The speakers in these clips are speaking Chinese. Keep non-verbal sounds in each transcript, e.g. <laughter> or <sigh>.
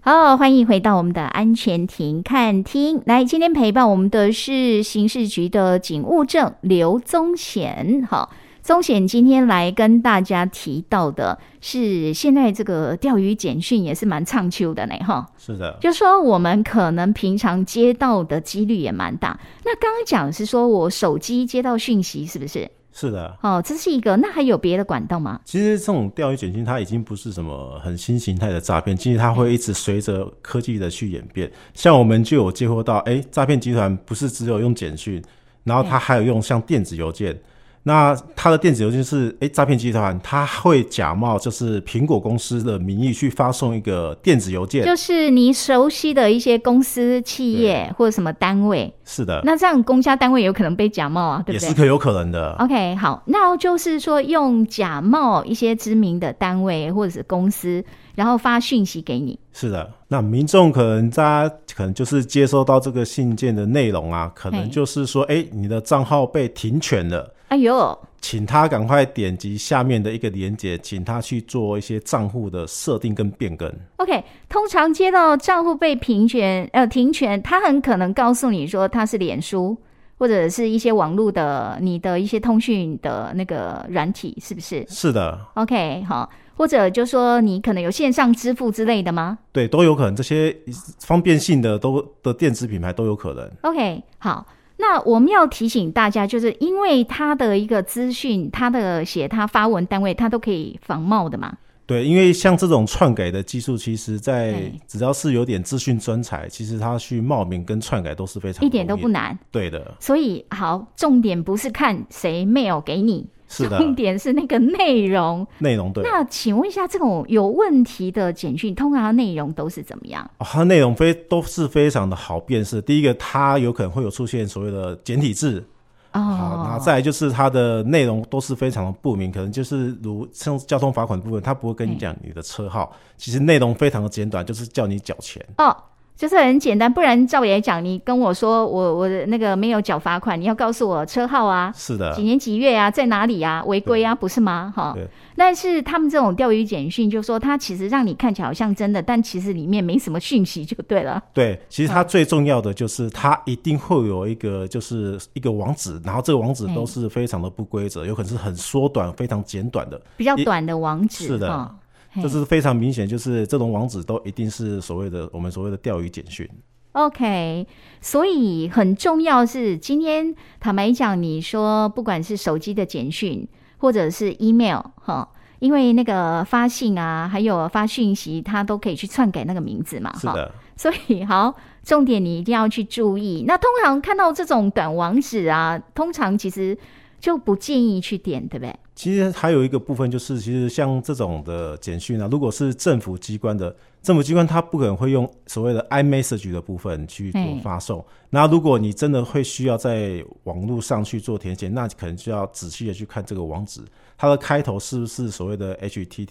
好，欢迎回到我们的安全庭看厅。来，今天陪伴我们的是刑事局的警务证刘宗显。好，宗显今天来跟大家提到的是，现在这个钓鱼简讯也是蛮畅秋的呢，哈。是的，就说我们可能平常接到的几率也蛮大。那刚刚讲是说我手机接到讯息，是不是？是的。哦，这是一个。那还有别的管道吗？其实这种钓鱼简讯，它已经不是什么很新形态的诈骗，其实它会一直随着科技的去演变。像我们就有接获到，哎、诈骗集团不是只有用简讯，然后它还有用像电子邮件。那它的电子邮件是，哎、诈骗集团它会假冒就是苹果公司的名义去发送一个电子邮件。就是你熟悉的一些公司、企业或者什么单位，是 <laughs> 的，那这样公家单位有可能被假冒啊，对也不是对可有可能的。 ？OK，好，那就是说用假冒一些知名的单位或者是公司，然后发讯息给你。是的，那民众可能大家可能就是接收到这个信件的内容啊，可嘿能就是说，哎、你的账号被停权了，哎呦，请他赶快点击下面的一个连接，请他去做一些账户的设定跟变更。 OK，通常接到账户被停权，呃，停权，他很可能告诉你说他是脸书或者是一些网络的你的一些通讯的那个软体，是不是是的， ？OK，好，或者就说你可能有线上支付之类的吗对，都有可能，这些方便性的都的电子品牌都有可能。 ？OK，好。那我们要提醒大家，就是因为他的一个资讯，他的写他发文单位，他都可以仿冒的嘛。对，因为像这种篡改的技术，其实在对只要是有点资讯专才，其实他去冒名跟篡改都是非常一点都不容易难。对的。所以好，重点不是看谁 mail 给你，是的，重点是那个内容。内容对。那请问一下，这种有问题的简讯，通常内容都是怎么样？哦、它内容非都是非常的好辨识。第一个，它有可能会有出现所谓的简体字，好，那哦，再来就是它的内容都是非常的不明，可能就是如像交通罚款部分，它不会跟你讲你的车号，其实内容非常的简短，就是叫你缴钱。哦，就是很简单，不然照理来讲，你跟我说我我的那个没有缴罚款，你要告诉我车号啊。是的几，年几月啊，在哪里啊，违规啊，不是吗？哈对，但是他们这种钓鱼简讯，就说它其实让你看起来好像真的，但其实里面没什么讯息，就对了。对，其实它嗯最重要的就是它一定会有一个就是一个网址，然后这个网址嗯都是非常的不规则，有可能是很缩短、非常简短的，比较一短的网址，是的哈嘿这是非常明显，就是这种网址都一定是所谓的我们所谓的钓鱼简讯。 OK，所以很重要是，今天坦白讲，你说不管是手机的简讯或者是 email 哈，因为那个发信啊，还有发讯息，它都可以去篡改那个名字嘛，是哈。的。所以 <laughs> 好，重点你一定要去注意。那通常看到这种短网址啊，通常其实就不建议去点，对不对？其实还有一个部分就是，其实像这种的简讯啊，如果是政府机关的，政府机关它不可能会用所谓的 iMessage 的部分去做嘿发送。那如果你真的会需要在网络上去做填写，那可能就要仔细的去看这个网址，它的开头是不是所谓的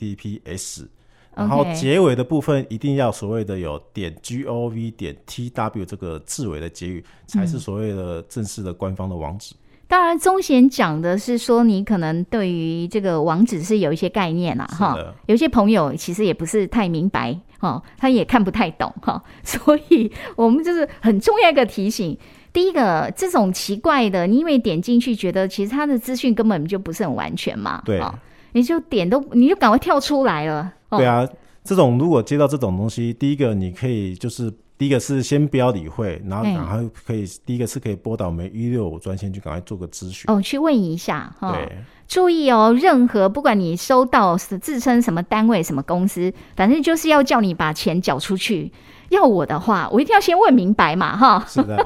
HTTPS，然后 OK 结尾的部分一定要所谓的有点 gov 点 tw 这个字尾的结语，才嗯是所谓的正式的官方的网址。当然，宗贤讲的是说，你可能对于这个网址是有一些概念啦，是哈的。有些朋友其实也不是太明白，哈，他也看不太懂，哈。 <laughs> 所以我们就是很重要一个提醒。第一个，这种奇怪的，你因为点进去觉得其实他的资讯根本就不是很完全嘛，对哈你就点都你就赶快跳出来了，哦对啊，这种如果接到这种东西，第一个你可以就是第一个是先不要理会，然后嗯然后可以第一个是可以拨打我们一六五专线去赶快做个咨询。哦，去问一下，哈。对，注意哦，任何不管你收到是自称什么单位、什么公司，反正就是要叫你把钱缴出去。要我的话，我一定要先问明白嘛，哈， <laughs> 是的，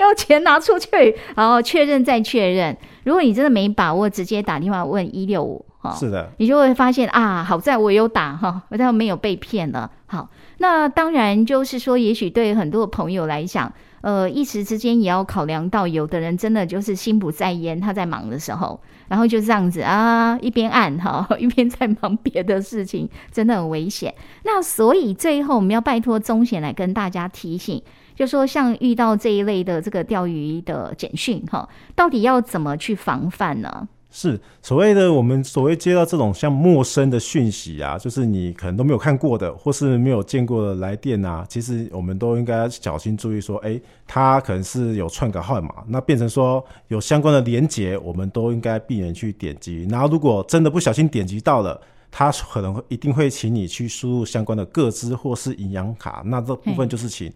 要钱拿出去，然后确认再确认。如果你真的没把握，直接打电话问一六五，哈，是的，你就会发现啊，好在我有打哈，我倒没有被骗了。好，那当然就是说，也许对很多朋友来讲，呃，一时之间也要考量到，有的人真的就是心不在焉，他在忙的时候，然后就这样子啊，一边按哈， <laughs> 一边在忙别的事情，真的很危险。那所以最后我们要拜托宗贤来跟大家提醒。就说像遇到这一类的这个钓鱼的简讯哈，到底要怎么去防范呢？是所谓的我们所谓接到这种像陌生的讯息啊，就是你可能都没有看过的，或是没有见过的来电啊，其实我们都应该小心注意说，哎、它可能是有篡改号码，那变成说有相关的连接，我们都应该避免去点击。然后如果真的不小心点击到了。他可能会一定会请你去输入相关的个资或是银行卡，那这部分就是请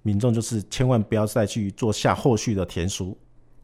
民众就是千万不要再去做下后续的填输。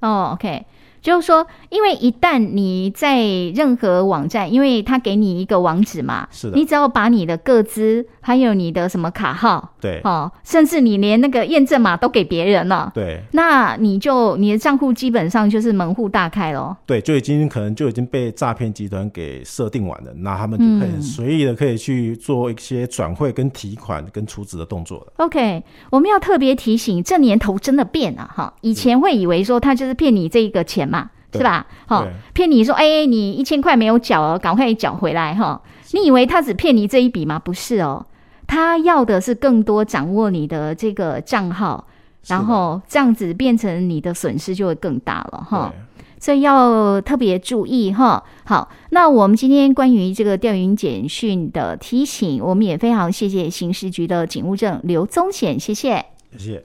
哦，OK，就是说，因为一旦你在任何网站，因为他给你一个网址嘛，是的你只要把你的个资，还有你的什么卡号，对哦，甚至你连那个验证码都给别人了，对那你就你的账户基本上就是门户大开咯。对，就已经可能就已经被诈骗集团给设定完了，那他们就可以很随意的可以去做一些转汇、跟提款、跟储值的动作了。 OK，我们要特别提醒，这年头真的变了哈。以前会以为说他就是骗你这一个钱嘛，对是吧？哈对，骗你说，哎、你一千块没有缴哦，赶快缴回来哈。你以为他只骗你这一笔吗？不是哦，他要的是更多掌握你的这个账号，是的然后这样子变成你的损失就会更大了哈。对所以要特别注意哈。好，那我们今天关于这个调云简讯的提醒，我们也非常谢谢刑事局的警务证刘宗显，谢谢。谢谢。